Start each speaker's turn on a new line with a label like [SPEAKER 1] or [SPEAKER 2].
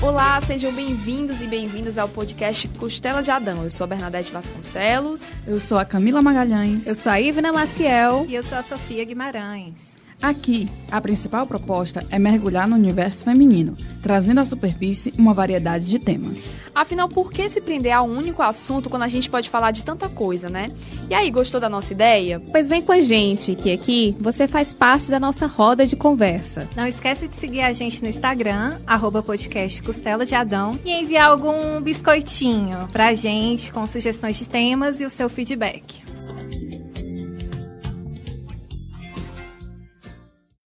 [SPEAKER 1] Olá, sejam bem-vindos e bem-vindas ao podcast Costela de Adão. Eu sou a Bernadette Vasconcelos.
[SPEAKER 2] Eu sou a Camila Magalhães.
[SPEAKER 3] Eu sou a Ivna Maciel.
[SPEAKER 4] E eu sou a Sofia Guimarães.
[SPEAKER 2] Aqui, a principal proposta é mergulhar no universo feminino, trazendo à superfície uma variedade de temas.
[SPEAKER 1] Afinal, por que se prender a um único assunto quando a gente pode falar de tanta coisa, né? E aí, gostou da nossa ideia?
[SPEAKER 3] Pois vem com a gente, que aqui você faz parte da nossa roda de conversa.
[SPEAKER 4] Não esquece de seguir a gente no Instagram, arroba podcast Costela de Adão, e enviar algum biscoitinho pra gente com sugestões de temas e o seu feedback.